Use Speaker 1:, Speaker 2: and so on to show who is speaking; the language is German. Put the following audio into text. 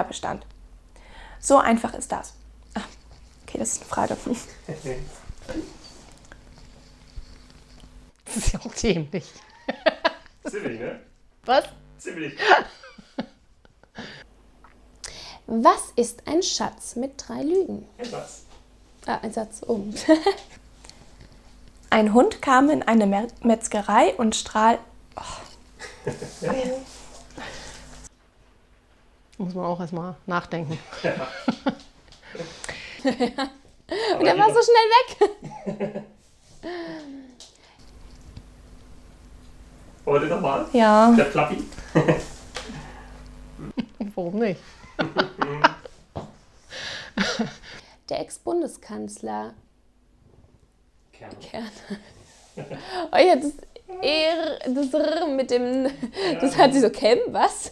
Speaker 1: Kinderbestand. So einfach ist das. Ach, okay, das ist eine Frage.
Speaker 2: Das ist ja auch dämlich.
Speaker 3: Ziemlich, ne?
Speaker 2: Was?
Speaker 3: Ziemlich.
Speaker 4: Was ist ein Schatz mit drei Lügen?
Speaker 3: Kein Satz.
Speaker 4: Ah, ein Satz oben.
Speaker 1: Ein Hund kam in eine Mer Metzgerei und strahl.
Speaker 2: Muss man auch erstmal nachdenken.
Speaker 3: Aber
Speaker 4: Der war so schnell weg.
Speaker 3: Aber den nochmal.
Speaker 1: Ja.
Speaker 3: Der Fluffy.
Speaker 2: Warum nicht?
Speaker 4: Der Ex-Bundeskanzler
Speaker 3: Kern.
Speaker 4: Kerner. Oh ja, das R, das R mit dem. Das hat sie so, Cam, was?